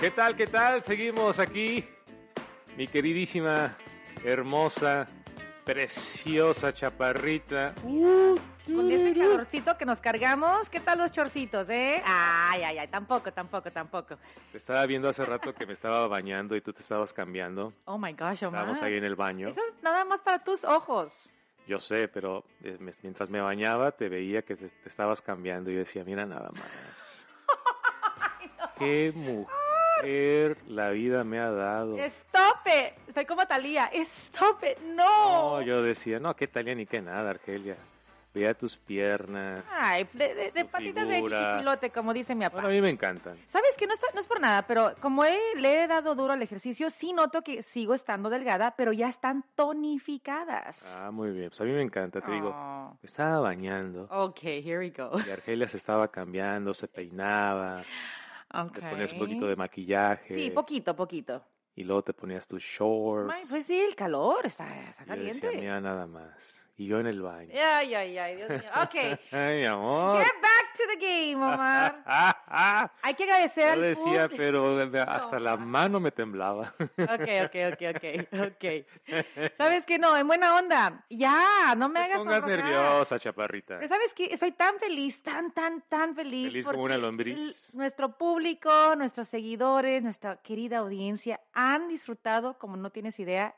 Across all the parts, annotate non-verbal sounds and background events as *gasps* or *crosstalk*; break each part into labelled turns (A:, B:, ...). A: ¿Qué tal? ¿Qué tal? Seguimos aquí. Mi queridísima, hermosa, preciosa chaparrita. Uh,
B: Con este calorcito que nos cargamos, ¿qué tal los chorcitos, eh? Ay, ay, ay, tampoco, tampoco, tampoco.
A: Te estaba viendo hace rato que me estaba bañando y tú te estabas cambiando.
B: Oh my gosh, Omar.
A: Estábamos ahí en el baño.
B: Eso es nada más para tus ojos.
A: Yo sé, pero eh, me- mientras me bañaba te veía que te, te estabas cambiando y yo decía, mira nada más. ¡Qué mujer la vida me ha dado!
B: Stop it. Estoy como Talía. Stop it.
A: No,
B: No.
A: yo decía, no, qué talia ni qué nada, Argelia. Vea tus piernas.
B: Ay, de, de- de
A: Tu
B: patitas
A: figura.
B: de chichilote, como dice mi papá.
A: Bueno, a mí me encantan.
B: Sabes que no, está- no es por nada, pero como he- le he dado duro al ejercicio, sí noto que sigo estando delgada, pero ya están tonificadas.
A: Ah, muy bien. Pues a mí me encanta, te digo.
B: Oh.
A: Me estaba bañando
B: Ok, Oh, here we go.
A: y Argelia se estaba cambiando, se peinaba, te ponías un poquito
B: Ok.
A: de maquillaje
B: Sí, poquito, poquito.
A: y luego te ponías tus shorts.
B: Ay, pues sí, el calor está, está
A: y yo decía,
B: caliente.
A: mira nada más. Y yo en el baño.
B: Ay, ay, ay, Dios mío.
A: *laughs*
B: Ok,
A: Ay, mi amor.
B: get back to the game, Omar.
A: *laughs*
B: Hay que agradecer
A: Yo
B: al
A: decía,
B: público.
A: pero de- hasta la
B: Omar.
A: mano me temblaba.
B: Ok, ok, ok, ok,
A: *laughs*
B: ok. ¿Sabes qué? No, en buena onda. Ya,
A: *laughs*
B: no me
A: Te
B: hagas
A: pongas
B: sonrojar.
A: nerviosa, chaparrita.
B: Pero ¿sabes qué? Estoy tan feliz, tan, tan, tan feliz.
A: Feliz como
B: porque
A: una lombriz.
B: l- Nuestro público, nuestros seguidores, nuestra querida audiencia han disfrutado, como no tienes idea,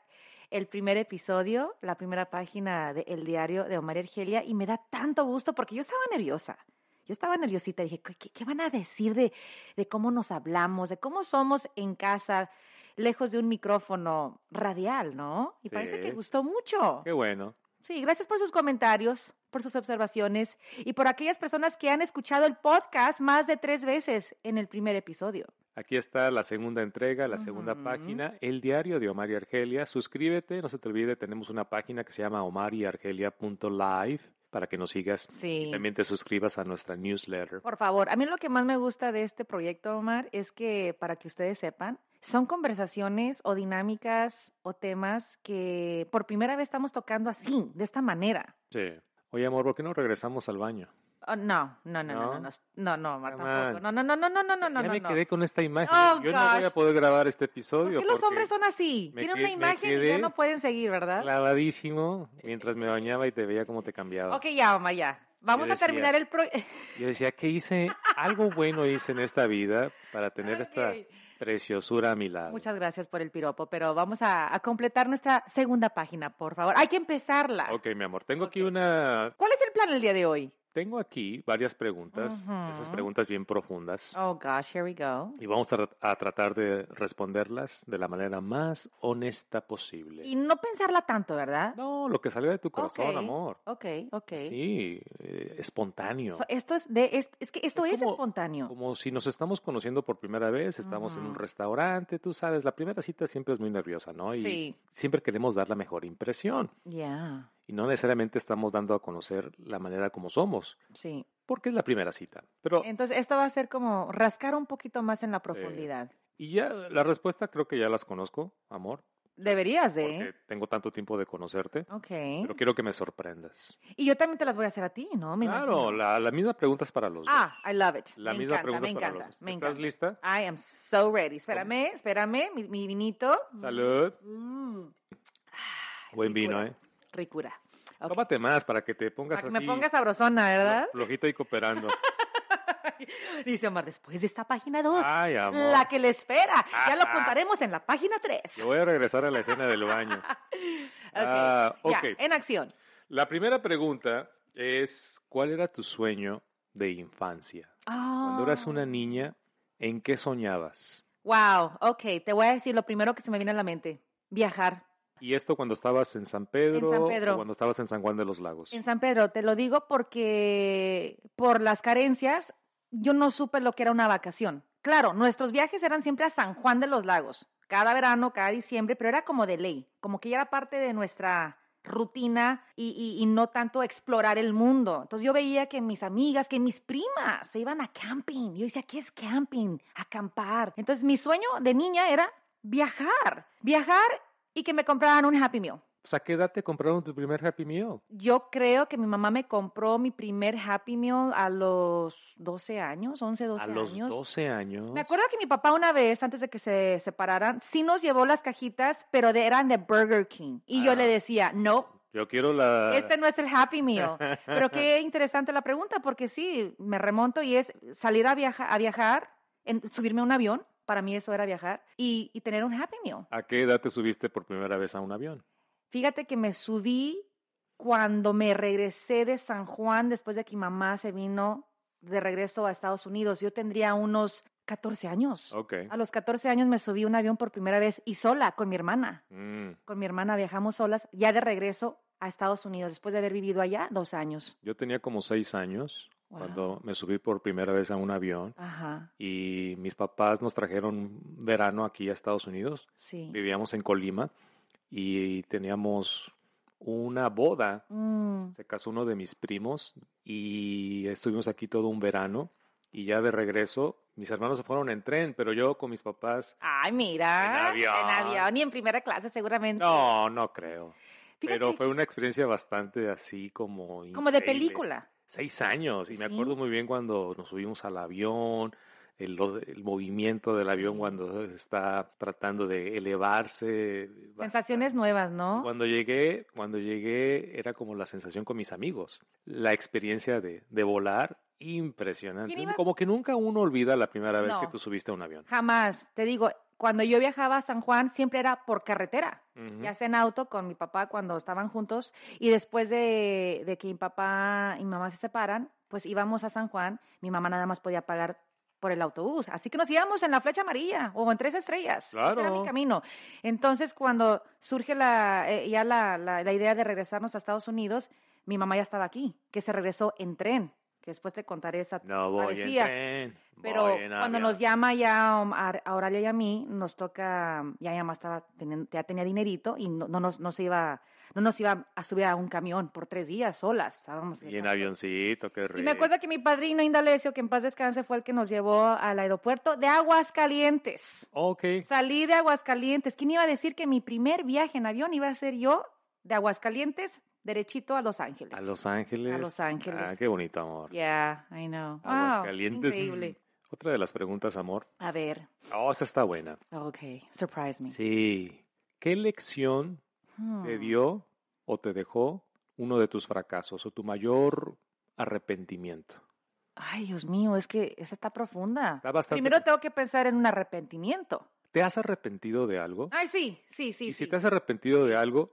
B: el primer episodio, la primera página del diario de Omar y Argelia y me da tanto gusto porque yo estaba nerviosa. Yo estaba nerviosita, dije, ¿qué, qué- qué van a decir de, de cómo nos hablamos, de cómo somos en casa, lejos de un micrófono radial, ¿no? Y parece que
A: Sí.
B: gustó mucho.
A: Qué bueno.
B: Sí, gracias por sus comentarios, por sus observaciones y por aquellas personas que han escuchado el podcast más de tres veces en el primer episodio.
A: Aquí está la segunda entrega, la segunda
B: Ujú.
A: página, El Diario de Omar y Argelia. Suscríbete, no se te olvide, tenemos una página que se llama omariargelia.live para que nos sigas
B: Sí.
A: y también te suscribas a nuestra newsletter.
B: Por favor, a mí lo que más me gusta de este proyecto, Omar, es que para que ustedes sepan, son conversaciones o dinámicas o temas que por primera vez estamos tocando así, de esta manera.
A: Sí. Oye, amor, ¿por qué no regresamos al baño?
B: Oh, no, no, no,
A: ¿No?
B: no, no, no, no, no, Omar,
A: Come on.
B: tampoco. No, no, no, no, no, no, no, no.
A: ya me
B: no.
A: quedé con esta imagen.
B: Oh,
A: Yo no voy a
B: gosh.
A: poder grabar este
B: ¿Por
A: episodio
B: qué los
A: porque
B: hombres son así?
A: me
B: Tienen
A: que-
B: una
A: me
B: imagen y ya
A: quedé
B: no pueden seguir, ¿verdad?
A: clavadísimo mientras me bañaba y te veía cómo te cambiaba.
B: Ok, ya, Omar, ya. Vamos a
A: decía,
B: terminar el pro... *laughs*
A: Yo decía, ¿qué hice? Algo bueno hice en esta vida para tener esta
B: Ok.
A: preciosura a mi lado.
B: Muchas gracias por el piropo, pero vamos a, a completar nuestra segunda página, por favor. Hay que empezarla.
A: Ok, mi amor, tengo aquí
B: Ok.
A: una,
B: ¿Cuál es el plan el día de hoy?
A: tengo aquí varias preguntas, esas
B: Ujú.
A: preguntas bien profundas,
B: Oh, gosh, here we go.
A: y vamos a, tra- a tratar de responderlas de la manera más honesta posible.
B: Y no pensarla tanto, ¿verdad?
A: No, lo que salga de tu corazón,
B: Ok.
A: amor.
B: Ok, ok.
A: Sí, eh, espontáneo.
B: So, esto es de es, es que esto es,
A: Es como-
B: espontáneo.
A: Como si nos estamos conociendo por primera vez, estamos en un
B: Ujú.
A: restaurante, tú sabes, la primera cita siempre es muy nerviosa, ¿no? Y
B: Sí,
A: siempre queremos dar la mejor impresión
B: ya,
A: y no necesariamente estamos dando a conocer la manera como somos,
B: sí.
A: porque es la primera cita. Pero
B: Entonces, esto va a ser como rascar un poquito más en la profundidad.
A: Y ya la respuesta creo que ya las conozco, amor,
B: Deberías de.
A: porque tengo tanto tiempo de conocerte,
B: Ok.
A: pero quiero que me sorprendas.
B: Y yo también te las voy a hacer a ti, ¿no? Me
A: claro,
B: imagino.
A: la, la misma pregunta es para los
B: Ah,
A: dos.
B: I love it.
A: La
B: me
A: misma
B: encanta,
A: pregunta
B: me
A: es para los
B: encanta,
A: dos.
B: me
A: ¿Estás
B: encanta.
A: lista?
B: I am so ready. Espérame, espérame, mi, mi vinito.
A: Salud.
B: Mm. Ah,
A: Buen vino,
B: ricura,
A: ¿eh?
B: Ricura. Ok.
A: Tómate más para que te pongas
B: Para que
A: así.
B: me pongas sabrosona,
A: flo-
B: ¿verdad?
A: Flojita y
B: *laughs*
A: cooperando.
B: Dice Omar, después de esta página 2,
A: Ay, Ah, amor.
B: la que le espera. Ya
A: *laughs*
B: lo
A: Ajá.
B: contaremos en la página 3. *laughs*
A: Yo voy a regresar a la escena del baño. Ah, ok.
B: en acción.
A: La primera pregunta es, ¿cuál era tu sueño de infancia? Cuando
B: Ah.
A: eras una niña, ¿en qué soñabas?
B: Wow, ok. Te voy a decir lo primero que se me viene a la mente. Viajar.
A: Y esto cuando estabas en San Pedro,
B: Pedro.
A: o cuando estabas en San Juan de los Lagos.
B: En San Pedro, te lo digo porque por las carencias yo no supe lo que era una vacación. Claro, nuestros viajes eran siempre a San Juan de los Lagos, cada verano, cada diciembre, pero era como de ley, como que ya era parte de nuestra rutina y, y- y no tanto explorar el mundo. Entonces yo veía que mis amigas, que mis primas se iban a camping. Yo decía, ¿qué es camping? Acampar. Entonces mi sueño de niña era viajar, viajar y que me compraran un Happy Meal.
A: Pues, ¿a qué edad te compraron tu primer Happy Meal?
B: Yo creo que mi mamá me compró mi primer Happy Meal a los 12 años, 11, 12
A: a los
B: años.
A: 12 años.
B: Me acuerdo que mi papá una vez, antes de que se separaran, sí nos llevó las cajitas, pero de- eran de Burger King. Y yo
A: Ah.
B: le decía, no,
A: Yo quiero la...
B: este no es el Happy Meal.
A: *laughs*
B: Pero qué interesante la pregunta, porque sí, me remonto y es salir a, viaja- a viajar, en, subirme a un avión, para mí eso era viajar, y, y tener un Happy Meal.
A: ¿A qué edad te subiste por primera vez a un avión?
B: Fíjate que me subí cuando me regresé de San Juan después de que mi mamá se vino de regreso a Estados Unidos. Yo tendría unos 14 años.
A: Ok.
B: A los 14 años me subí a un avión por primera vez y sola con mi hermana.
A: Mm,
B: Con mi hermana viajamos solas ya de regreso a Estados Unidos después de haber vivido allá dos años.
A: Yo tenía como seis años
B: Wow.
A: cuando me subí por primera vez a un avión
B: Ajá,
A: y mis papás nos trajeron un verano aquí a Estados Unidos.
B: sí.
A: Vivíamos en Colima y teníamos una boda.
B: Mm,
A: Se casó uno de mis primos y estuvimos aquí todo un verano y ya de regreso mis hermanos se fueron en tren, pero yo con mis papás...
B: Ay, mira.
A: En avión.
B: En avión y en primera clase seguramente.
A: No, no creo.
B: Fíjate,
A: Pero fue una experiencia bastante así como...
B: como de
A: increíble.
B: película.
A: Seis años, y me
B: Sí.
A: acuerdo muy bien cuando nos subimos al avión, el, lo- el movimiento del avión
B: Sí.
A: cuando está tratando de elevarse. bastante.
B: Sensaciones nuevas, ¿no?
A: Cuando llegué, cuando llegué era como la sensación con mis amigos, la experiencia de, de volar impresionante.
B: ¿Quién iba?
A: Como que nunca uno olvida la primera vez que
B: No.
A: tú subiste a un avión.
B: Jamás. Te digo, cuando yo viajaba a San Juan siempre era por carretera.
A: Ujú.
B: ya sea en auto con mi papá cuando estaban juntos y después de, de que mi papá y mi mamá se separan, pues íbamos a San Juan, mi mamá nada más podía pagar por el autobús, así que nos íbamos en la flecha amarilla o en tres estrellas, ese era mi
A: Claro.
B: camino. Entonces cuando surge la, eh, ya la, la- la idea de regresarnos a Estados Unidos, mi mamá ya estaba aquí, que se regresó en tren, que después te contaré esa
A: No voy en
B: Parecía,
A: tren,
B: pero
A: voy en
B: cuando
A: avión.
B: nos llama ya um, a, a Auralia y a mí, nos toca, ya mi mamá estaba teniendo- ya tenía dinerito y no, no nos, no se iba, no nos iba a subir a un camión por tres días solas. estábamos
A: Y en
B: acá.
A: avioncito, qué rico.
B: Y me acuerdo que mi padrino Indalecio, que en paz descanse, fue el que nos llevó al aeropuerto de Aguascalientes.
A: Ok.
B: Salí de Aguascalientes. ¿Quién iba a decir que mi primer viaje en avión iba a ser yo de Aguascalientes derechito a Los Ángeles?
A: A Los Ángeles.
B: A Los Ángeles.
A: Ah, qué bonito, amor.
B: Yeah, I know. Wow,
A: Aguascalientes.
B: increíble.
A: mm. Otra de las preguntas, amor.
B: A ver,
A: Oh, esta está buena.
B: Ah, ok, surprise me.
A: Sí. ¿Qué lección te
B: Hmm.
A: dio o te dejó uno de tus fracasos o tu mayor arrepentimiento?
B: Ay, Dios mío, es que esa está profunda.
A: Está bastante.
B: Primero tengo que pensar en un arrepentimiento.
A: ¿Te has arrepentido de algo?
B: Ay, sí, Ah, sí, sí.
A: y si
B: sí.
A: te has arrepentido
B: Sí.
A: de algo,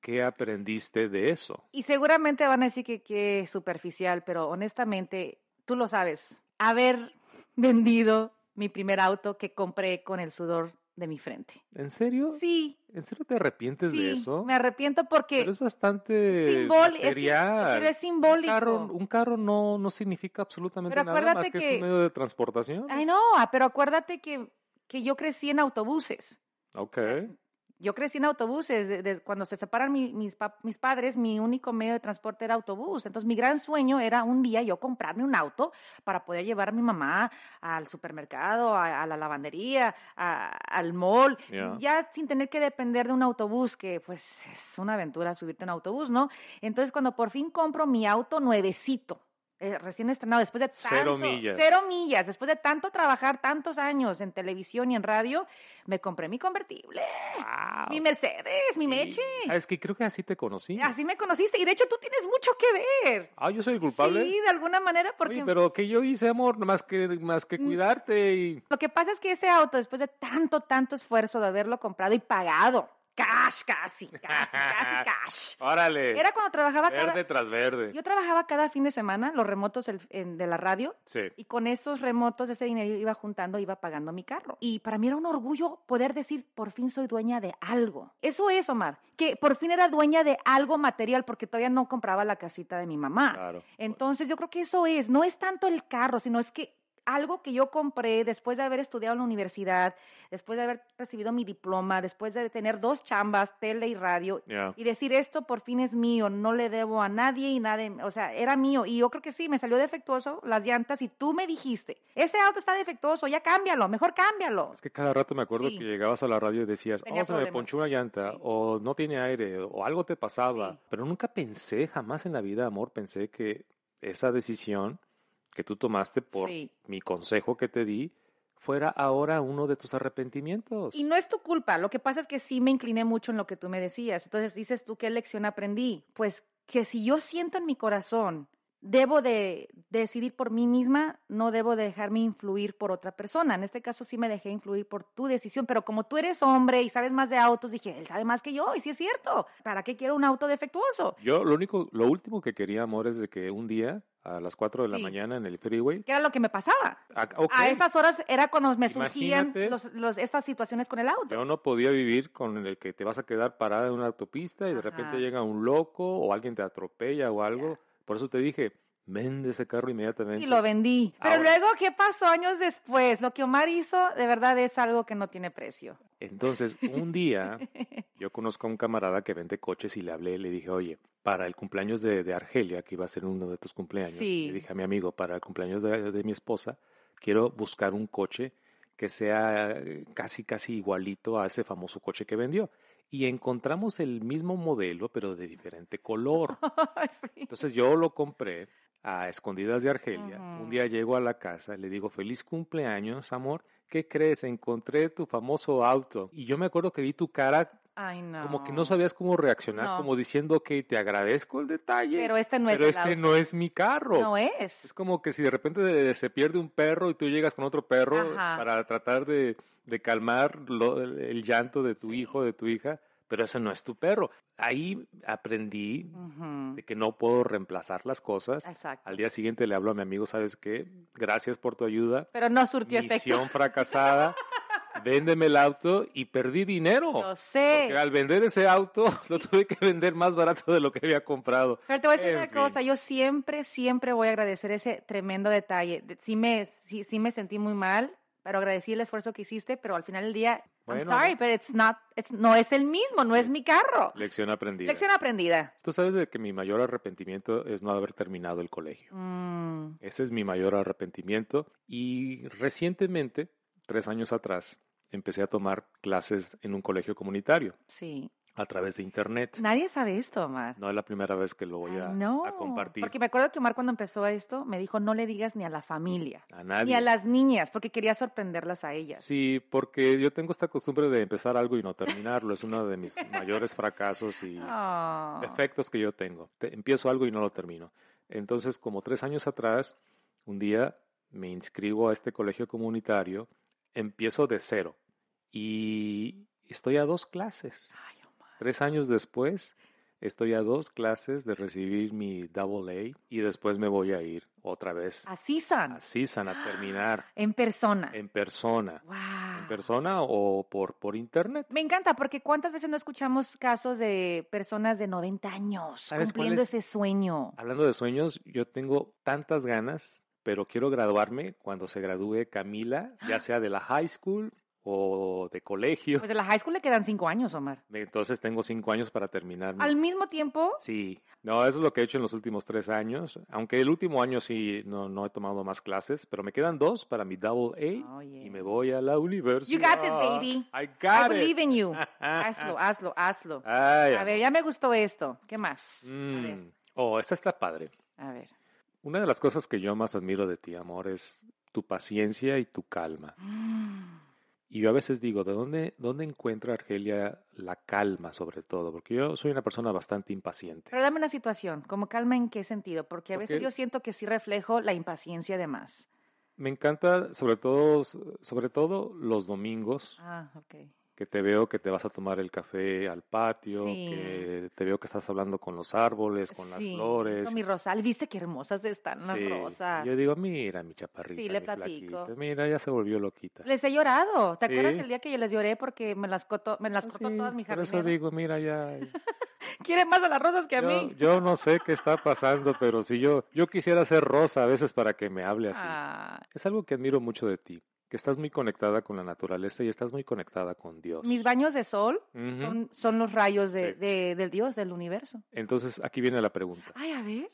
A: ¿qué aprendiste de eso?
B: Y seguramente van a decir que qué superficial, pero honestamente, tú lo sabes. Haber vendido mi primer auto que compré con el sudor de mi frente.
A: ¿En serio?
B: Sí,
A: ¿En serio te arrepientes
B: sí,
A: de eso?
B: me arrepiento porque
A: Pero es bastante
B: simbol- es sim-
A: material.
B: pero es
A: Un carro,
B: simbólico.
A: un carro no, no significa absolutamente
B: Pero
A: nada más
B: acuérdate
A: que, es
B: que-
A: un medio de transportación.
B: Ay, no, ah, pero acuérdate que, que yo crecí en autobuses.
A: Ok.
B: eh, Yo crecí en autobuses. de- de- cuando se separan mi- mis, pa- mis padres, mi único medio de transporte era autobús. Entonces, mi gran sueño era un día yo comprarme un auto para poder llevar a mi mamá al supermercado, a, a la lavandería, a- al mall,
A: Ya.
B: ya sin tener que depender de un autobús, que pues es una aventura subirte en autobús, ¿no? Entonces, cuando por fin compro mi auto nuevecito, eh, recién estrenado, después de tanto,
A: Cero millas.
B: cero millas, después de tanto trabajar tantos años en televisión y en radio, me compré mi convertible.
A: Wow.
B: Mi Mercedes, mi
A: Y,
B: Meche.
A: ¿Sabes qué? Creo que así te conocí.
B: Así me conociste y de hecho tú tienes mucho que ver.
A: Ah, yo soy el culpable.
B: Sí, de alguna manera porque
A: Oye, pero que yo hice, amor, más que, más que
B: Mm.
A: cuidarte y...
B: lo que pasa es que ese auto después de tanto tanto esfuerzo de haberlo comprado y pagado, cash casi, casi,
A: *laughs*
B: casi cash.
A: Órale.
B: Era cuando trabajaba
A: verde
B: cada
A: tras verde.
B: yo trabajaba cada fin de semana los remotos el- en- de la radio
A: Sí.
B: y con esos remotos ese dinero iba juntando, iba pagando mi carro. Y para mí era un orgullo poder decir, por fin soy dueña de algo. Eso es, Omar, que por fin era dueña de algo material porque todavía no compraba la casita de mi mamá.
A: Claro.
B: Entonces yo creo que eso es, no es tanto el carro, sino es que algo que yo compré después de haber estudiado en la universidad, después de haber recibido mi diploma, después de tener dos chambas, tele y radio,
A: Ya.
B: y decir esto por fin es mío, no le debo a nadie y nada, o sea, era mío. Y yo creo que sí, me salió defectuoso las llantas y tú me dijiste, ese auto está defectuoso, ya cámbialo, mejor cámbialo.
A: Es que cada rato me acuerdo
B: Sí.
A: que llegabas a la radio y decías,
B: Tenía
A: oh, se me
B: problemas.
A: ponchó una llanta,
B: Sí.
A: o no tiene aire, o algo te pasaba.
B: Sí.
A: Pero nunca pensé, jamás en la vida, amor, pensé que esa decisión que tú tomaste por
B: Sí.
A: mi consejo que te di fuera ahora uno de tus arrepentimientos.
B: Y no es tu culpa, lo que pasa es que sí me incliné mucho en lo que tú me decías. Entonces dices tú, ¿qué lección aprendí? Pues que si yo siento en mi corazón, debo de decidir por mí misma, no debo de dejarme influir por otra persona. En este caso sí me dejé influir por tu decisión, pero como tú eres hombre y sabes más de autos, dije, él sabe más que yo, y sí es cierto, ¿para qué quiero un auto defectuoso?
A: Yo lo único, lo último que quería, amor, es de que un día a las 4 de la
B: Sí.
A: mañana en el freeway,
B: Que era lo que me pasaba.
A: a, ok,
B: A esas horas era cuando me surgían
A: Imagínate.
B: los- los- estas situaciones con el auto.
A: Yo no podía vivir con el que te vas a quedar parada en una autopista y de repente
B: Ajá.
A: llega un loco o alguien te atropella o algo.
B: Ya.
A: Por eso te dije, vende ese carro inmediatamente.
B: Y lo vendí. Pero
A: Ahora.
B: luego, ¿qué pasó años después? Lo que Omar hizo de verdad es algo que no tiene precio. *laughs*
A: Entonces, un día yo conozco a un camarada que vende coches y le hablé, le dije, oye, para el cumpleaños de, de Argelia, que iba a ser uno de tus cumpleaños,
B: Sí.
A: le dije a mi amigo, para el cumpleaños de, de mi esposa, quiero buscar un coche que sea eh, casi, casi igualito a ese famoso coche que vendió. Y encontramos el mismo modelo, pero de diferente color.
B: Sí.
A: Entonces yo lo compré a escondidas de Argelia.
B: Ujú.
A: Un día llego a la casa, le digo, feliz cumpleaños, amor. ¿Qué crees? Encontré tu famoso auto. Y yo me acuerdo que vi tu cara
B: Ay, no.
A: como que no sabías cómo reaccionar,
B: No.
A: como diciendo, ok, te agradezco el detalle, pero,
B: Pero este no es el
A: este
B: auto.
A: no es mi carro.
B: No
A: Es
B: es.
A: como que si de repente de- se pierde un perro y tú llegas con otro perro
B: Ajá.
A: para tratar de, de calmar lo- el, el llanto de tu
B: Sí.
A: hijo, de tu hija, pero ese no es tu perro. Ahí aprendí
B: Ujú.
A: de que no puedo reemplazar las cosas.
B: Exacto.
A: Al día siguiente le hablo a mi amigo, ¿sabes qué? Gracias por tu ayuda.
B: Pero no surtió efecto.
A: Misión
B: *laughs*
A: fracasada. Véndeme el auto y perdí dinero.
B: Lo sé.
A: Porque al vender ese auto *laughs* lo tuve que vender más barato de lo que había comprado.
B: Pero te voy a decir
A: En
B: una
A: fin.
B: cosa, yo siempre, siempre voy a agradecer ese tremendo detalle. De- Sí me, sí, sí me sentí muy mal, pero agradecí el esfuerzo que hiciste, pero al final del día,
A: Bueno.
B: I'm sorry, pero it's not, it's- no es el mismo, no es mi carro.
A: Lección aprendida.
B: Lección aprendida.
A: Tú sabes de que mi mayor arrepentimiento es no haber terminado el colegio.
B: Mm,
A: Ese es mi mayor arrepentimiento. Y recientemente, tres años atrás, empecé a tomar clases en un colegio comunitario
B: sí.
A: a través de internet.
B: Nadie sabe esto, Omar.
A: No es la primera vez que lo voy
B: Ay,
A: a, a
B: no,
A: compartir
B: Porque me acuerdo que Omar cuando empezó esto me dijo, no le digas ni a la familia,
A: a nadie.
B: ni a las niñas, porque quería sorprenderlas a ellas.
A: Sí, porque yo tengo esta costumbre de empezar algo y no terminarlo. Es uno de mis mayores fracasos y
B: Ah,
A: defectos que yo tengo. Te- empiezo algo y no lo termino. Entonces, como tres años atrás, un día me inscribo a este colegio comunitario, empiezo de cero y estoy a dos clases.
B: Ay, Omar.
A: Tres años después, estoy a dos clases de recibir mi double A y después me voy a ir otra vez
B: Así son,
A: a CISAN a
B: *gasps*
A: terminar
B: en persona.
A: en persona.
B: Wow.
A: en persona o por, por internet.
B: Me encanta porque cuántas veces no escuchamos casos de personas de 90 años
A: ¿Sabes cuál
B: cumpliendo
A: es?
B: ese sueño.
A: Hablando de sueños, yo tengo tantas ganas, pero quiero graduarme cuando se gradúe Camila,
B: *gasps*
A: ya sea de la high school o de colegio.
B: Pues de la high school le quedan cinco años, Omar.
A: Entonces tengo cinco años para terminar. mi-
B: Al mismo tiempo,
A: Sí, no, eso es lo que he hecho en los últimos tres años, aunque el último año sí no, no he tomado más clases, pero me quedan dos para mi double A
B: Oye.
A: y me voy a la universidad.
B: baby.
A: I
B: I
A: got it.
B: believe in
A: *laughs*
B: you. Hazlo, hazlo, hazlo.
A: Ay,
B: A ver, ya me gustó esto. ¿Qué más? A ver,
A: mm. Oh, esta está padre.
B: a ver.
A: Una de las cosas que yo más admiro de ti, amor, es tu paciencia y tu calma.
B: Mm,
A: Y yo a veces digo, ¿de dónde, dónde encuentra Argelia la calma sobre todo? Porque yo soy una persona bastante impaciente.
B: Pero dame una situación, como calma en qué sentido, porque a veces
A: Porque-
B: yo siento que sí reflejo la impaciencia de más.
A: Me encanta sobre todo, sobre todo los domingos
B: Ah, ok.
A: que te veo que te vas a tomar el café al patio,
B: Sí.
A: que te veo que estás hablando con los árboles, con las
B: Sí,
A: flores.
B: Con mi rosal, viste qué hermosas están las
A: Sí.
B: rosas.
A: Yo digo, mira mi chaparrita,
B: le
A: mi
B: platico.
A: flaquita, mira, ya se volvió loquita.
B: Les he llorado. ¿Te acuerdas
A: Sí.
B: el día que yo les lloré porque me las cortó, me las
A: Ah,
B: cortó
A: sí,
B: todas mis
A: Por eso
B: jardineras?
A: digo, mira, ya
B: Quiere más a las rosas *laughs* que a
A: yo,
B: mí.
A: yo no sé qué está pasando, pero si yo, yo quisiera ser rosa a veces para que me hable así.
B: Ah,
A: Es algo que admiro mucho de ti, que estás muy conectada con la naturaleza y estás muy conectada con Dios.
B: mis baños de sol
A: Ujú.
B: son, son los rayos de-
A: Sí.
B: de- del Dios, del universo.
A: Entonces, aquí viene la pregunta.
B: Ay, a ver.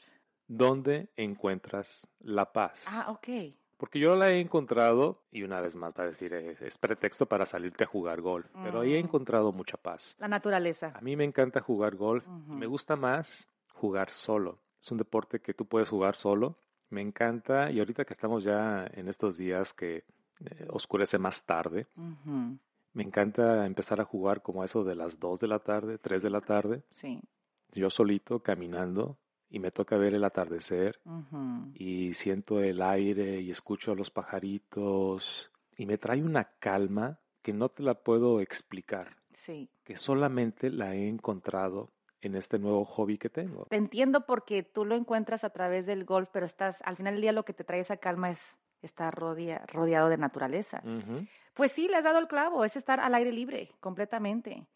A: ¿Dónde encuentras la paz?
B: Ah, ok.
A: Porque yo la he encontrado, y una vez más va a decir, es, es pretexto para salirte a jugar golf, pero ahí he
B: Mm.
A: encontrado mucha paz.
B: La naturaleza.
A: A mí me encanta jugar golf,
B: Ujú.
A: Ah, me gusta más jugar solo. Es un deporte que tú puedes jugar solo, me encanta, y ahorita que estamos ya en estos días que eh, oscurece más tarde,
B: Ujú,
A: me encanta empezar a jugar como a eso de las 2 de la tarde, 3 de la tarde,
B: Sí.
A: yo solito caminando, y me toca ver el atardecer,
B: ujú.
A: y siento el aire y escucho a los pajaritos y me trae una calma que no te la puedo explicar,
B: Sí.
A: que solamente la he encontrado en este nuevo hobby que tengo.
B: Te entiendo porque tú lo encuentras a través del golf, pero estás, al final del día lo que te trae esa calma es estar rodea- rodeado de naturaleza.
A: Ujú.
B: Pues sí, le has dado el clavo, es estar al aire libre, completamente.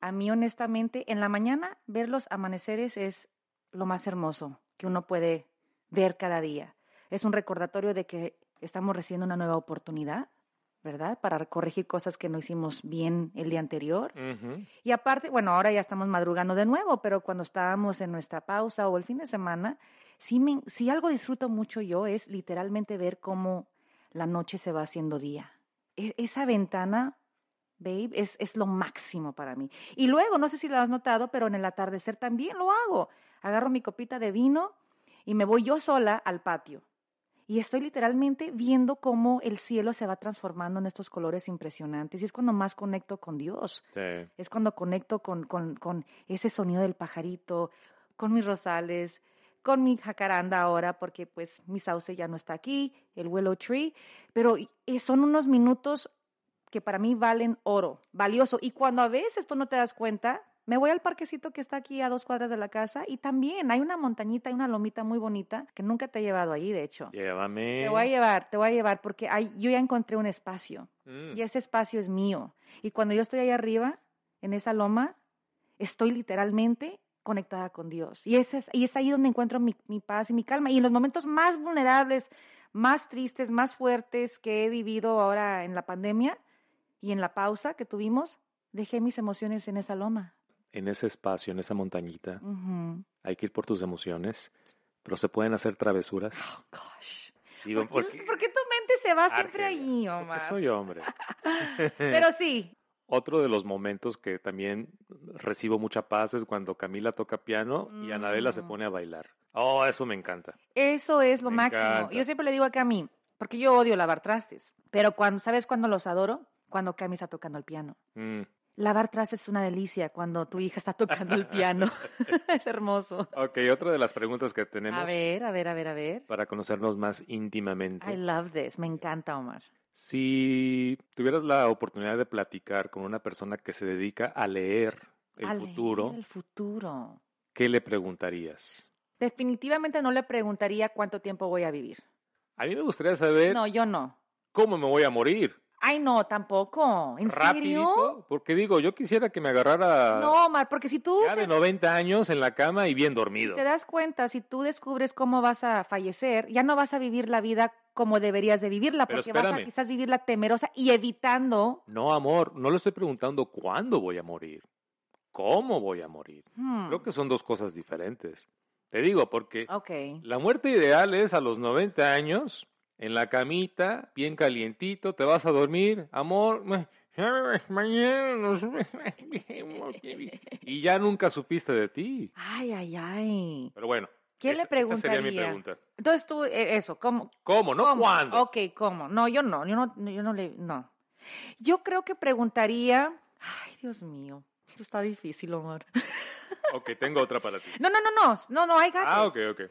B: A mí, honestamente, en la mañana ver los amaneceres es lo más hermoso que uno puede ver cada día. Es un recordatorio de que estamos recibiendo una nueva oportunidad, ¿verdad? Para corregir cosas que no hicimos bien el día anterior.
A: Ujú.
B: Y aparte, bueno, ahora ya estamos madrugando de nuevo, pero cuando estábamos en nuestra pausa o el fin de semana, sí, me, sí algo disfruto mucho yo es literalmente ver cómo la noche se va haciendo día. E- esa ventana, babe, es, es lo máximo para mí. Y luego, no sé si lo has notado, pero en el atardecer también lo hago. Agarro mi copita de vino y me voy yo sola al patio. Y estoy literalmente viendo cómo el cielo se va transformando en estos colores impresionantes. Y es cuando más conecto con Dios.
A: Sí.
B: Es cuando conecto con, con- con ese sonido del pajarito, con mis rosales, con mi jacaranda ahora, porque pues mi sauce ya no está aquí, el willow tree, pero y- y son unos minutos que para mí valen oro, valioso. Y cuando a veces tú no te das cuenta, me voy al parquecito que está aquí a dos cuadras de la casa y también hay una montañita y una lomita muy bonita que nunca te he llevado allí, de hecho.
A: Llévame.
B: Te voy a llevar, te voy a llevar porque ahí yo ya encontré un espacio
A: Mm.
B: y ese espacio es mío. Y cuando yo estoy ahí arriba, en esa loma, estoy literalmente conectada con Dios. Y, ese es, y es ahí donde encuentro mi, mi paz y mi calma. Y en los momentos más vulnerables, más tristes, más fuertes que he vivido ahora en la pandemia y en la pausa que tuvimos, dejé mis emociones en esa loma.
A: En ese espacio, en esa montañita,
B: Ujú.
A: hay que ir por tus emociones, pero se pueden hacer
B: *gasps*
A: travesuras.
B: Oh, gosh.
A: Digo,
B: ¿Por, qué,
A: porque-
B: por qué tu mente se va siempre
A: Argelia,
B: allí,
A: porque
B: Omar?
A: soy hombre.
B: Pero sí,
A: Otro de los momentos que también recibo mucha paz es cuando Camila toca piano y Anabela se
B: Mm.
A: pone a bailar. Oh, eso me encanta.
B: Eso es lo
A: Me
B: máximo.
A: encanta.
B: Yo siempre le digo a Cami, porque yo odio lavar trastes, pero cuando, ¿sabes cuándo los adoro? Cuando Cami está tocando el piano.
A: Mm.
B: Lavar trastes es una delicia cuando tu hija está tocando el piano. *laughs* es hermoso.
A: Ok, otra de las preguntas que
B: A
A: tenemos
B: ver, a ver, a ver, a ver.
A: para conocernos más
B: I
A: íntimamente.
B: love this. Me encanta, Omar.
A: Si tuvieras la oportunidad de platicar con una persona que se dedica a leer el
B: A leer
A: futuro,
B: El futuro.
A: ¿qué le preguntarías?
B: Definitivamente no le preguntaría cuánto tiempo voy a vivir.
A: A mí me gustaría saber
B: No, yo no.
A: cómo me voy a morir.
B: Ay, no, tampoco. ¿En serio?
A: Rapidito, porque digo, yo quisiera que me agarrara
B: No, Omar, porque si tú
A: ya
B: te
A: de 90 años en la cama y bien dormido.
B: Si te das cuenta, si tú descubres cómo vas a fallecer, ya no vas a vivir la vida como deberías de vivirla,
A: Pero
B: porque vas a
A: espérame.
B: quizás vivirla temerosa y evitando.
A: No, amor, no le estoy preguntando cuándo voy a morir, cómo voy a morir.
B: Hmm,
A: Creo que son dos cosas diferentes. Te digo, porque
B: Ok.
A: la muerte ideal es a los 90 años, en la camita, bien calientito, te vas a dormir, amor, *laughs* ma- mañana nos vemos, baby. y ya nunca supiste de ti.
B: Ay, ay, ay.
A: Pero bueno,
B: ¿Quién le
A: esa- esa sería mi
B: preguntaría?
A: pregunta.
B: Entonces tú, eh, eso, ¿cómo?
A: ¿Cómo? No
B: ¿Cómo?
A: cuándo.
B: Ok, ¿cómo? No, yo no, yo no, yo no le, no. Yo creo que preguntaría, ay, Dios mío, esto está difícil, Omar.
A: Ok, tengo otra para ti.
B: No, no, no, no, no, no, hay gatos.
A: Ah, ok, ok.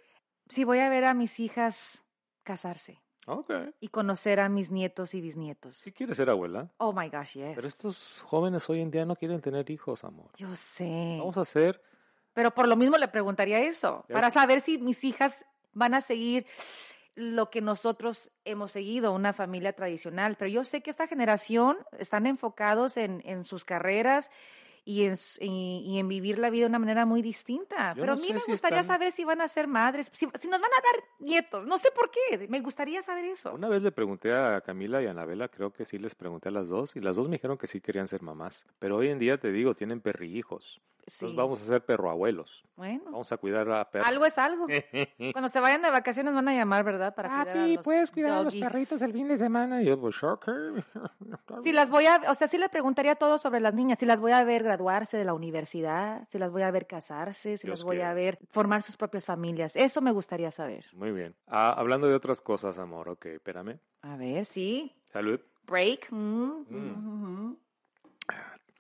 B: Si voy a ver a mis hijas casarse
A: Ok.
B: y conocer a mis nietos y bisnietos.
A: Si quieres ser abuela.
B: Oh my gosh, yes.
A: Pero estos jóvenes hoy en día no quieren tener hijos, amor.
B: Yo sé.
A: Vamos a hacer,
B: Pero por lo mismo le preguntaría eso,
A: Ya
B: para
A: ves-
B: saber si mis hijas van a seguir lo que nosotros hemos seguido, una familia tradicional. Pero yo sé que esta generación están enfocados en, en sus carreras y en, s- y- y en vivir la vida de una manera muy distinta.
A: Yo
B: Pero
A: no
B: a mí
A: sé
B: me
A: si
B: gustaría
A: están-
B: saber si van a ser madres, si, si nos van a dar nietos, no sé por qué, me gustaría saber eso.
A: Ah, Una vez le pregunté a Camila y a Anabela, creo que sí les pregunté a las dos, y las dos me dijeron que sí querían ser mamás. Pero hoy en día te digo, tienen perrijos. Entonces
B: Sí,
A: pues vamos a ser perroabuelos.
B: Bueno,
A: Vamos a cuidar a Eh. perros. *laughs*
B: algo es algo. Cuando se vayan de vacaciones van a llamar, ¿verdad? Para cuidar a
A: Papi,
B: los
A: Ah, ¿puedes cuidar a los
B: doggies.
A: perritos el fin de semana? Y yo, pues, ok.
B: Si las voy a, o sea, sí le preguntaría todo sobre las niñas, si las voy a ver graduarse de la universidad, si las voy a ver casarse, si
A: Dios
B: las voy
A: quiera.
B: a ver formar sus propias familias. Eso me gustaría saber.
A: *laughs* Muy bien. Ah, hablando de otras cosas, amor. Ok, espérame.
B: A ver, sí.
A: Salud.
B: Break. Mm,
A: Mm.
B: mm,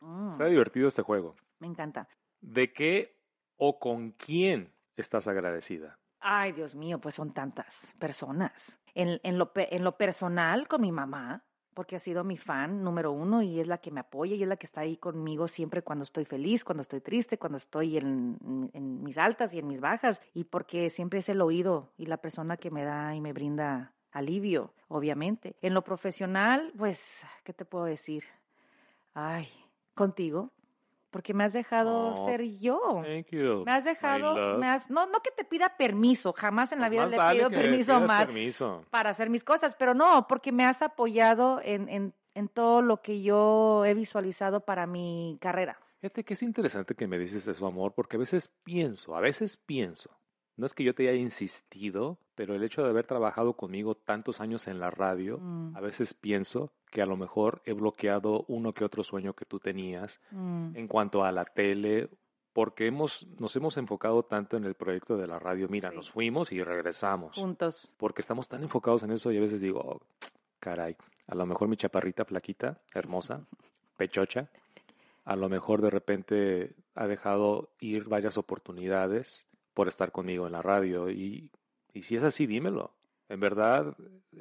B: mm.
A: Está divertido este juego.
B: Me encanta.
A: ¿De qué o con quién estás agradecida?
B: Ay, Dios mío, pues son tantas personas. En, en lo, pe- en lo personal, con mi mamá, porque ha sido mi fan número uno y es la que me apoya y es la que está ahí conmigo siempre cuando estoy feliz, cuando estoy triste, cuando estoy en, en- en mis altas y en mis bajas, y porque siempre es el oído y la persona que me da y me brinda alivio, obviamente. En lo profesional, pues, ¿qué te puedo decir? Ay, contigo, porque me has dejado
A: Oh,
B: ser yo.
A: Thank you.
B: Me has
A: my
B: dejado,
A: love.
B: me has- no, no que te pida permiso, jamás en la
A: Pues
B: vida
A: más
B: le he
A: vale
B: pedido
A: que
B: permiso a
A: pidas
B: Matt
A: permiso.
B: para hacer mis cosas, pero no, porque me has apoyado en, en- en todo lo que yo he visualizado para mi carrera.
A: Fíjate que es interesante que me dices eso, amor, porque a veces pienso, a veces pienso. No es que yo te haya insistido, pero el hecho de haber trabajado conmigo tantos años en la radio,
B: Mm,
A: a veces pienso que a lo mejor he bloqueado uno que otro sueño que tú tenías
B: mm,
A: en cuanto a la tele, porque hemos, nos hemos enfocado tanto en el proyecto de la radio. Mira,
B: Sí.
A: nos fuimos y regresamos.
B: juntos.
A: porque estamos tan enfocados en eso y a veces digo, "Oh, caray, a lo mejor mi chaparrita plaquita, hermosa, pechocha, a lo mejor de repente ha dejado ir varias oportunidades por estar conmigo en la radio y, y si es así, dímelo. En verdad,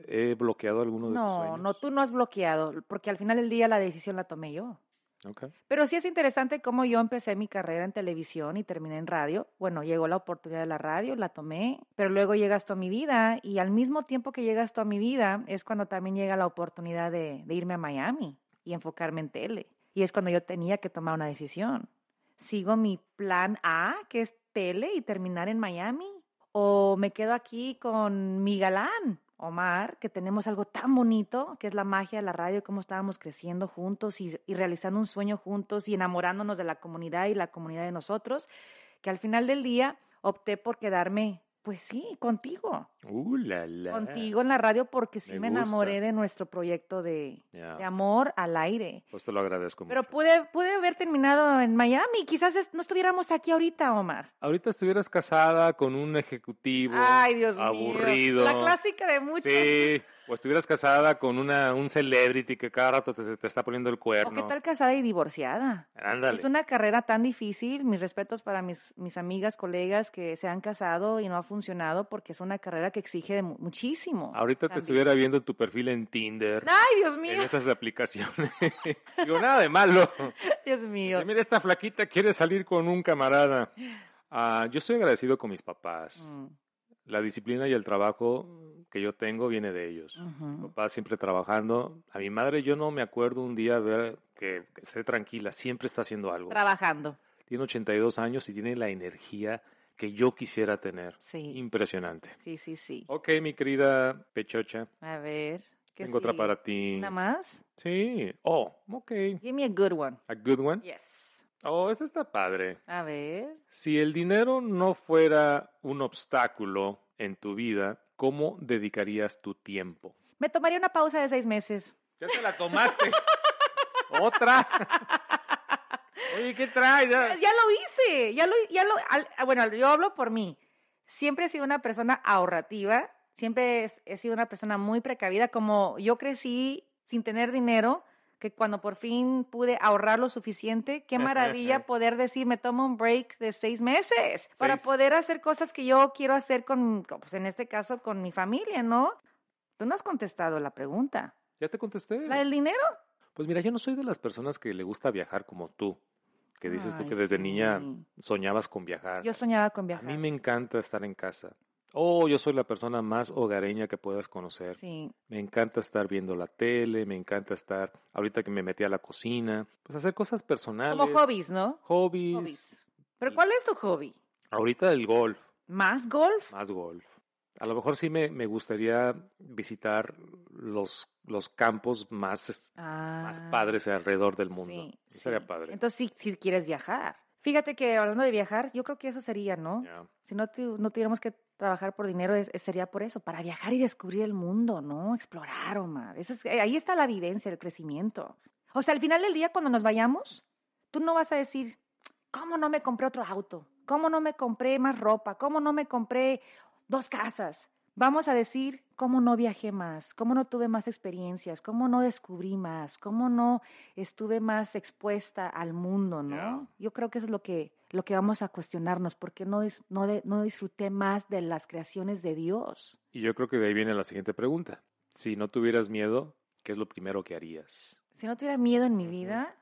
A: he bloqueado alguno de tus
B: No,
A: sueños.
B: no, tú no has bloqueado, porque al final del día la decisión la tomé yo.
A: Ok.
B: Pero sí es interesante cómo yo empecé mi carrera en televisión y terminé en radio. Bueno, llegó la oportunidad de la radio, la tomé, pero luego llegas tú a mi vida y al mismo tiempo que llegas tú a mi vida es cuando también llega la oportunidad de, de irme a Miami y enfocarme en tele. Y es cuando yo tenía que tomar una decisión. ¿Sigo mi plan A, que es tele y terminar en Miami? ¿O me quedo aquí con mi galán, Omar, que tenemos algo tan bonito, que es la magia de la radio, cómo estábamos creciendo juntos y, y realizando un sueño juntos y enamorándonos de la comunidad y la comunidad de nosotros, que al final del día opté por quedarme, pues sí, contigo,
A: Uh, la, la.
B: contigo en la radio, porque sí
A: Me
B: me, enamoré
A: gusta.
B: de nuestro proyecto de,
A: Ya,
B: de amor al aire.
A: Pues te lo agradezco
B: Pero
A: mucho.
B: pude, pude haber terminado en Miami, quizás es- no estuviéramos aquí ahorita, Omar.
A: Ahorita estuvieras casada con un ejecutivo
B: Ay, Dios mío.
A: aburrido.
B: La clásica de muchos.
A: Sí, o estuvieras casada con una, un celebrity que cada rato te, te está poniendo el
B: ¿O qué
A: cuerno.
B: tal casada y divorciada?
A: Ándale.
B: Es una carrera tan difícil. Mis respetos para mis, mis amigas, colegas que se han casado y no ha funcionado porque es una carrera que exige de mu- muchísimo.
A: Ahorita te
B: también.
A: estuviera viendo tu perfil en Tinder,
B: ¡Ay, Dios
A: en
B: mío!
A: esas aplicaciones. *laughs* Digo, nada de malo.
B: *laughs* Dios mío.
A: Dice, mira, esta flaquita quiere salir con un camarada. Ah, yo estoy agradecido con mis papás.
B: Mm,
A: La disciplina y el trabajo que yo tengo viene de ellos.
B: ujú.
A: papá siempre trabajando. A mi madre yo no me acuerdo un día ver que, que esté tranquila, siempre está haciendo algo.
B: Trabajando.
A: Tiene 82 años y tiene la energía que yo quisiera tener.
B: Sí.
A: Impresionante.
B: Sí, sí, sí.
A: Ok, mi querida Pechocha,
B: A ver. ¿qué
A: tengo otra
B: sigue?
A: para ti.
B: ¿Una más?
A: Sí. Oh, ok.
B: Give me a good one.
A: A good one.
B: Yes.
A: Oh, esa está padre.
B: A ver.
A: Si el dinero no fuera un obstáculo en tu vida, ¿cómo dedicarías tu tiempo?
B: Me tomaría una pausa de seis meses.
A: Ya te la tomaste. *laughs* Otra.
B: *laughs*
A: Oye, ¿qué traes?
B: Ya *laughs* ya lo hice, ya lo, ya lo, al- ah, bueno, yo hablo por mí. Siempre he sido una persona ahorrativa, siempre es- he sido una persona muy precavida, como yo crecí sin tener dinero, que cuando por fin pude ahorrar lo suficiente, qué maravilla poder decir, me tomo un break de seis meses para
A: Seis.
B: poder hacer cosas que yo quiero hacer con, con- pues en este caso, con mi familia, ¿no? Tú no has contestado la pregunta.
A: Ya te contesté.
B: ¿La del dinero?
A: Pues mira, yo no soy de las personas que le gusta viajar como tú, que dices tú
B: Ay,
A: que desde niña
B: sí.
A: soñabas con viajar.
B: Yo soñaba con
A: A
B: viajar.
A: mí me encanta estar en casa. Oh, yo soy la persona más hogareña que puedas conocer.
B: Sí,
A: Me encanta estar viendo la tele, me encanta estar, ahorita que me metí a la cocina, pues hacer cosas personales.
B: como hobbies, ¿no?
A: Hobbies.
B: Hobbies. Pero ¿cuál es tu hobby?
A: Ahorita el golf,
B: ¿Más golf?
A: más golf. A lo mejor sí me, me gustaría visitar los, los campos más, es-
B: Ah,
A: más padres alrededor del mundo.
B: sí,
A: Eso Sería
B: sí.
A: padre.
B: Entonces, si quieres viajar. Fíjate que hablando de viajar, yo creo que eso sería, ¿no?
A: Ya.
B: Si no, tu- no tuviéramos que trabajar por dinero, es- es- sería por eso, para viajar y descubrir el mundo, ¿no? Explorar, Omar. Eso es- eh, ahí está la vivencia, el crecimiento. O sea, al final del día, cuando nos vayamos, tú no vas a decir, ¿cómo no me compré otro auto? ¿Cómo no me compré más ropa? ¿Cómo no me compré dos casas? Vamos a decir, ¿cómo no viajé más? ¿Cómo no tuve más experiencias? ¿Cómo no descubrí más? ¿Cómo no estuve más expuesta al mundo, no?
A: Ya.
B: Yo creo que eso es lo que, lo que vamos a cuestionarnos, porque no, dis- no, de- no disfruté más de las creaciones de Dios.
A: Y yo creo que de ahí viene la siguiente pregunta. Si no tuvieras miedo, ¿qué es lo primero que harías?
B: Si no tuviera miedo en mi
A: Ujú.
B: vida,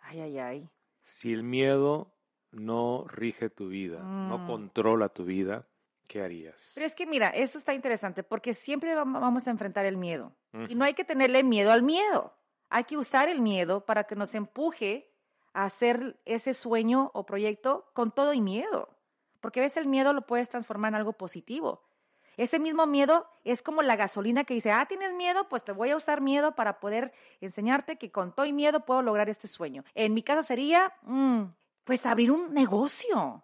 B: ay, ay, ay.
A: Si el miedo no rige tu vida, no
B: Mm.
A: controla tu vida, ¿qué harías?
B: Pero es que mira, eso está interesante, porque siempre vam- vamos a enfrentar el miedo. Y
A: Ujú.
B: no hay que tenerle miedo al miedo. Hay que usar el miedo para que nos empuje a hacer ese sueño o proyecto con todo y miedo. Porque a veces el miedo lo puedes transformar en algo positivo. Ese mismo miedo es como la gasolina que dice, ah, tienes miedo, pues te voy a usar miedo para poder enseñarte que con todo y miedo puedo lograr este sueño. En mi caso sería, mm, pues abrir un negocio.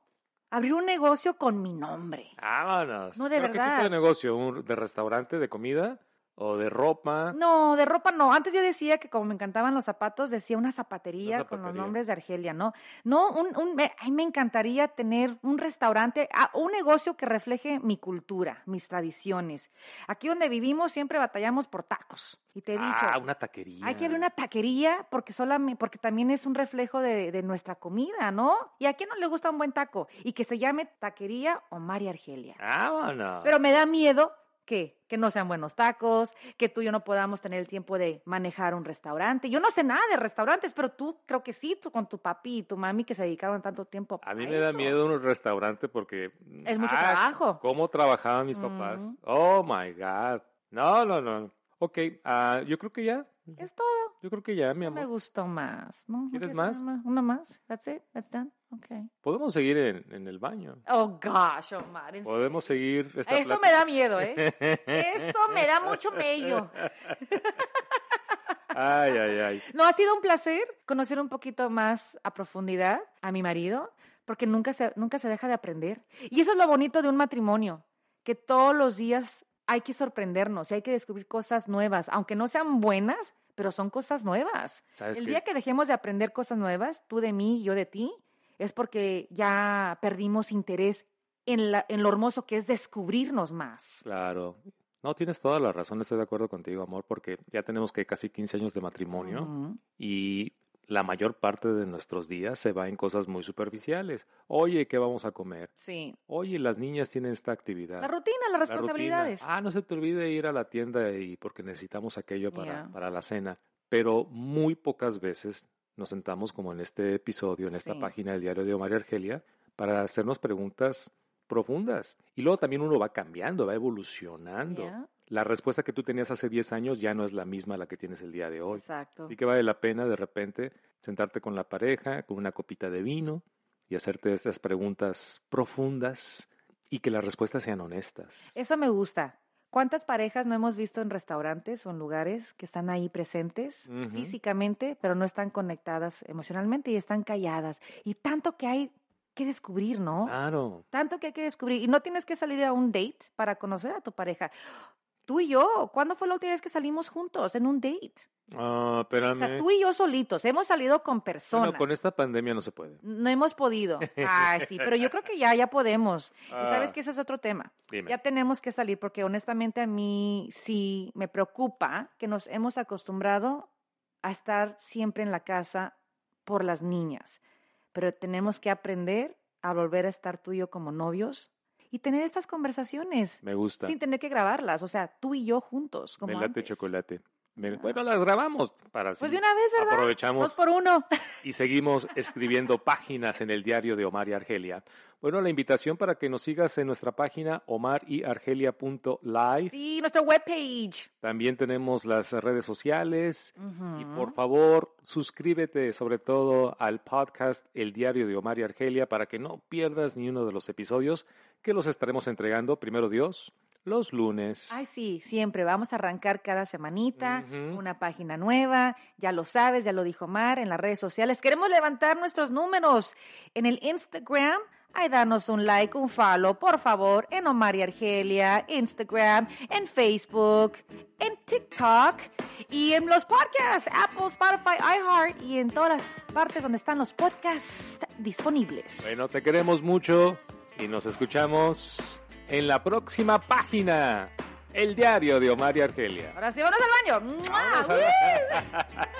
B: Abrir un negocio con mi nombre.
A: Vámonos.
B: No, de
A: ¿Pero ¿Qué tipo de
B: verdad.
A: negocio? ¿Un- ¿De restaurante, de comida o de ropa?
B: No, de ropa no. Antes yo decía que como me encantaban los zapatos, decía una zapatería, con los
A: zapatería.
B: nombres de Argelia, ¿no? No, un, un- me, ay, me encantaría tener un restaurante, ah, un negocio que refleje mi cultura, mis tradiciones. Aquí donde vivimos siempre batallamos por tacos. Y te he dicho,
A: Ah, una taquería.
B: hay que abrir una taquería porque, solamente, porque también es un reflejo de, de nuestra comida, ¿no? ¿Y a quién no le gusta un buen taco? Y que se llame Taquería o María Argelia.
A: Vámonos.
B: Pero me da miedo que, que no sean buenos tacos, que tú y yo no podamos tener el tiempo de manejar un restaurante. Yo no sé nada de restaurantes, pero tú creo que sí, tú con tu papi y tu mami que se dedicaron tanto tiempo
A: A mí
B: a
A: me da
B: eso.
A: miedo un restaurante porque...
B: Es mucho
A: ah,
B: trabajo.
A: ¿Cómo trabajaban mis papás?
B: Ujú.
A: Oh, my God. No, no, no. Ok, ah, yo creo que ya.
B: Es todo.
A: Yo creo que ya, mi
B: No me
A: amor.
B: gustó más. ¿no? ¿No
A: ¿Quieres
B: una
A: más?
B: Una más. That's it. That's done. Okay.
A: Podemos seguir en, en el baño.
B: Oh, gosh, Omar. en
A: Podemos
B: serio.
A: seguir esta
B: Eso me da miedo, ¿eh?
A: *laughs*
B: Eso me da mucho mello.
A: Ay, ay, ay.
B: No, ha sido un placer conocer un poquito más a profundidad a mi marido, porque nunca se, nunca se deja de aprender. Y eso es lo bonito de un matrimonio, que todos los días hay que sorprendernos y hay que descubrir cosas nuevas, aunque no sean buenas, pero son cosas nuevas.
A: ¿Sabes
B: El
A: qué?
B: día que dejemos de aprender cosas nuevas, tú de mí, yo de ti, es porque ya perdimos interés en, la- en lo hermoso que es descubrirnos más.
A: Claro. No, tienes toda la razón, estoy de acuerdo contigo, amor, porque ya tenemos que casi 15 años de matrimonio
B: Ujú.
A: y la mayor parte de nuestros días se va en cosas muy superficiales. Oye, ¿qué vamos a comer?
B: Sí.
A: Oye, las niñas tienen esta actividad.
B: La rutina, las
A: la rutina.
B: responsabilidades.
A: Ah, no se te olvide ir a la tienda y porque necesitamos aquello para,
B: Ya.
A: para la cena. Pero muy pocas veces nos sentamos como en este episodio, en esta
B: Sí.
A: página del diario de Omar y Argelia, para hacernos preguntas profundas. Y luego también uno va cambiando, va evolucionando.
B: Ya,
A: La respuesta que tú tenías hace 10 años ya no es la misma a la que tienes el día de hoy.
B: Exacto.
A: Así que vale la pena de repente sentarte con la pareja, con una copita de vino y hacerte estas preguntas profundas y que las respuestas sean honestas.
B: Eso me gusta. ¿Cuántas parejas no hemos visto en restaurantes o en lugares que están ahí presentes
A: Ujú.
B: físicamente, pero no están conectadas emocionalmente y están calladas? Y tanto que hay que descubrir, ¿no?
A: Ah. Claro.
B: Tanto que hay que descubrir. Y no tienes que salir a un date para conocer a tu pareja. Tú y yo, ¿cuándo fue la última vez que salimos juntos en un date?
A: Ah,
B: O sea,
A: espérame.
B: tú y yo solitos. Hemos salido con
A: Bueno,
B: personas.
A: con esta pandemia no se puede.
B: No hemos
A: *laughs*
B: podido. Ay, sí, pero yo creo que ya, ya podemos. Y sabes
A: Ah,
B: que ese es otro tema.
A: dime.
B: Ya tenemos que salir porque honestamente a mí sí me preocupa que nos hemos acostumbrado a estar siempre en la casa por las niñas, pero tenemos que aprender a volver a estar tú y yo como novios y tener estas conversaciones
A: Me gusta.
B: sin tener que grabarlas, o sea, tú y yo juntos. Como
A: Me late
B: antes.
A: chocolate. Me- bueno, las grabamos para así.
B: Pues de una vez, ¿verdad? Dos
A: Aprovechamos
B: por uno.
A: y seguimos escribiendo páginas en el diario de Omar y Argelia. Bueno, la invitación para que nos sigas en nuestra página omariargelia.live.
B: Sí, nuestra webpage.
A: También tenemos las redes sociales. Y por
B: Ujú.
A: favor, suscríbete sobre todo al podcast El Diario de Omar y Argelia para que no pierdas ni uno de los episodios que los estaremos entregando, primero Dios, los lunes.
B: Ay, sí, siempre. Vamos a arrancar cada semanita
A: Ujú.
B: una página nueva. Ya lo sabes, ya lo dijo Mar en las redes sociales. Queremos levantar nuestros números en el Instagram. Ay, danos un like, un follow, por favor, en Omar y Argelia, Instagram, en Facebook, en TikTok y en los podcasts, Apple, Spotify, iHeart y en todas las partes donde están los podcasts disponibles.
A: Bueno, te queremos mucho y nos escuchamos en la próxima página, El Diario de Omar y Argelia.
B: Ahora sí, vámonos al baño. ¡Mua!
A: Vámonos a-
B: ¡Woo!